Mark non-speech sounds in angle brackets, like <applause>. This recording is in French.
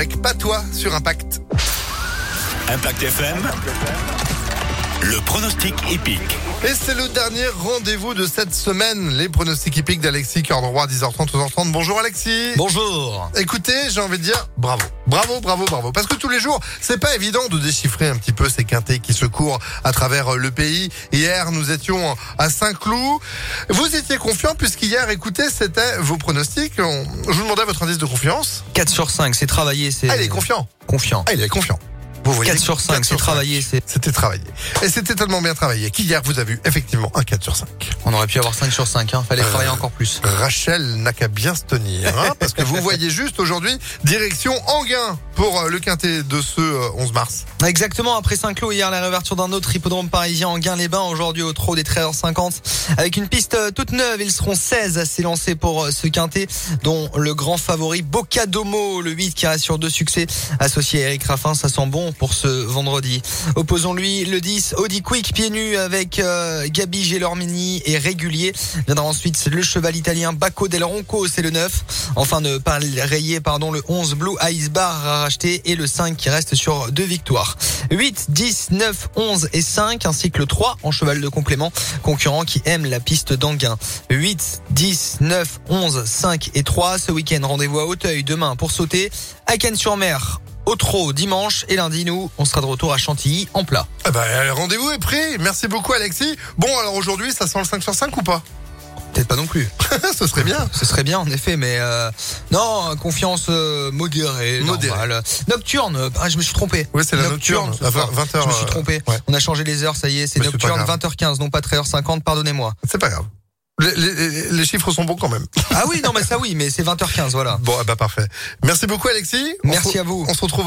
Avec Patois sur Impact. Impact FM, le pronostic épique. Et c'est le dernier rendez-vous de cette semaine, les pronostics hippiques d'Alexis Cordroy, 10h30, 11h30. Bonjour Alexis. Bonjour. Écoutez, j'ai envie de dire bravo. Bravo, bravo, bravo. Parce que tous les jours, c'est pas évident de déchiffrer un petit peu ces quintés qui se courent à travers euh, le pays. Hier, nous étions à Saint-Cloud. Vous étiez confiant puisqu'hier, écoutez, c'était vos pronostics. On- Je vous demandais votre indice de confiance. 4 sur 5, c'est travaillé, c'est Ah, il est confiant. confiant. Ah, il est confiant. Vous voyez, 4 sur 5, 4 c'est sur 5. travaillé, c'est C'était travaillé. Et c'était tellement bien travaillé qu'hier, vous avez eu effectivement un 4 sur 5. on aurait pu avoir 5 sur 5 hein, fallait Euh, travailler encore plus. Rachel n'a qu'à bien se tenir, <laughs> hein, parce que vous voyez juste aujourd'hui, direction Anguin pour euh, le quintet de ce euh, 11 mars. Exactement, après Saint-Cloud hier la réouverture d'un autre hippodrome parisien en Guin-les-Bains aujourd'hui au trot des 13h50 avec une piste euh, toute neuve, ils seront 16 à s'élancer pour euh, ce quintet dont le grand favori Bocadomo le 8 qui reste sur deux succès associé à Eric Raffin, ça sent bon pour ce vendredi. Opposons-lui le 10 Audi Quick pieds nus avec euh, Gabi Gelormini et régulier. Viendra ensuite le cheval italien Bacco del Ronco, c'est le 9. Enfin ne pas rayer pardon le 11 Blue Ice Bar à racheter et le 5 qui reste sur deux victoires. 8, 10, 9, 11 et 5 ainsi que le 3 en cheval de complément concurrent qui aime la piste d'Anguin. 8, 10, 9, 11, 5 et 3 ce week-end rendez-vous à Hauteuil demain pour sauter à Cannes-sur-Mer. Au trot dimanche et lundi nous on sera de retour à Chantilly en plat. Eh ben, euh, rendez-vous est pris. Merci beaucoup, Alexis. Bon, alors aujourd'hui, ça sent le 5 sur 5 ou pas <laughs> Peut-être pas non plus. Ce serait bien. Ce serait bien en effet, mais euh, non, confiance euh, modérée, Modérée. normale. Nocturne, euh, ah, je me suis trompé. Oui, c'est la nocturne. Ah, ce à soir. 20h. je me suis trompé. On a changé les heures, ça y est, c'est euh, Mais c'est pas nocturne grave. 20h15, non pas 13h50, pardonnez-moi. C'est pas grave. Les, les- les chiffres sont bons quand même. Ah oui, non mais ça oui, mais c'est 20h15, voilà. Bon, eh ben, parfait. Merci beaucoup, Alexis. On Merci se- à vous. On se retrouve en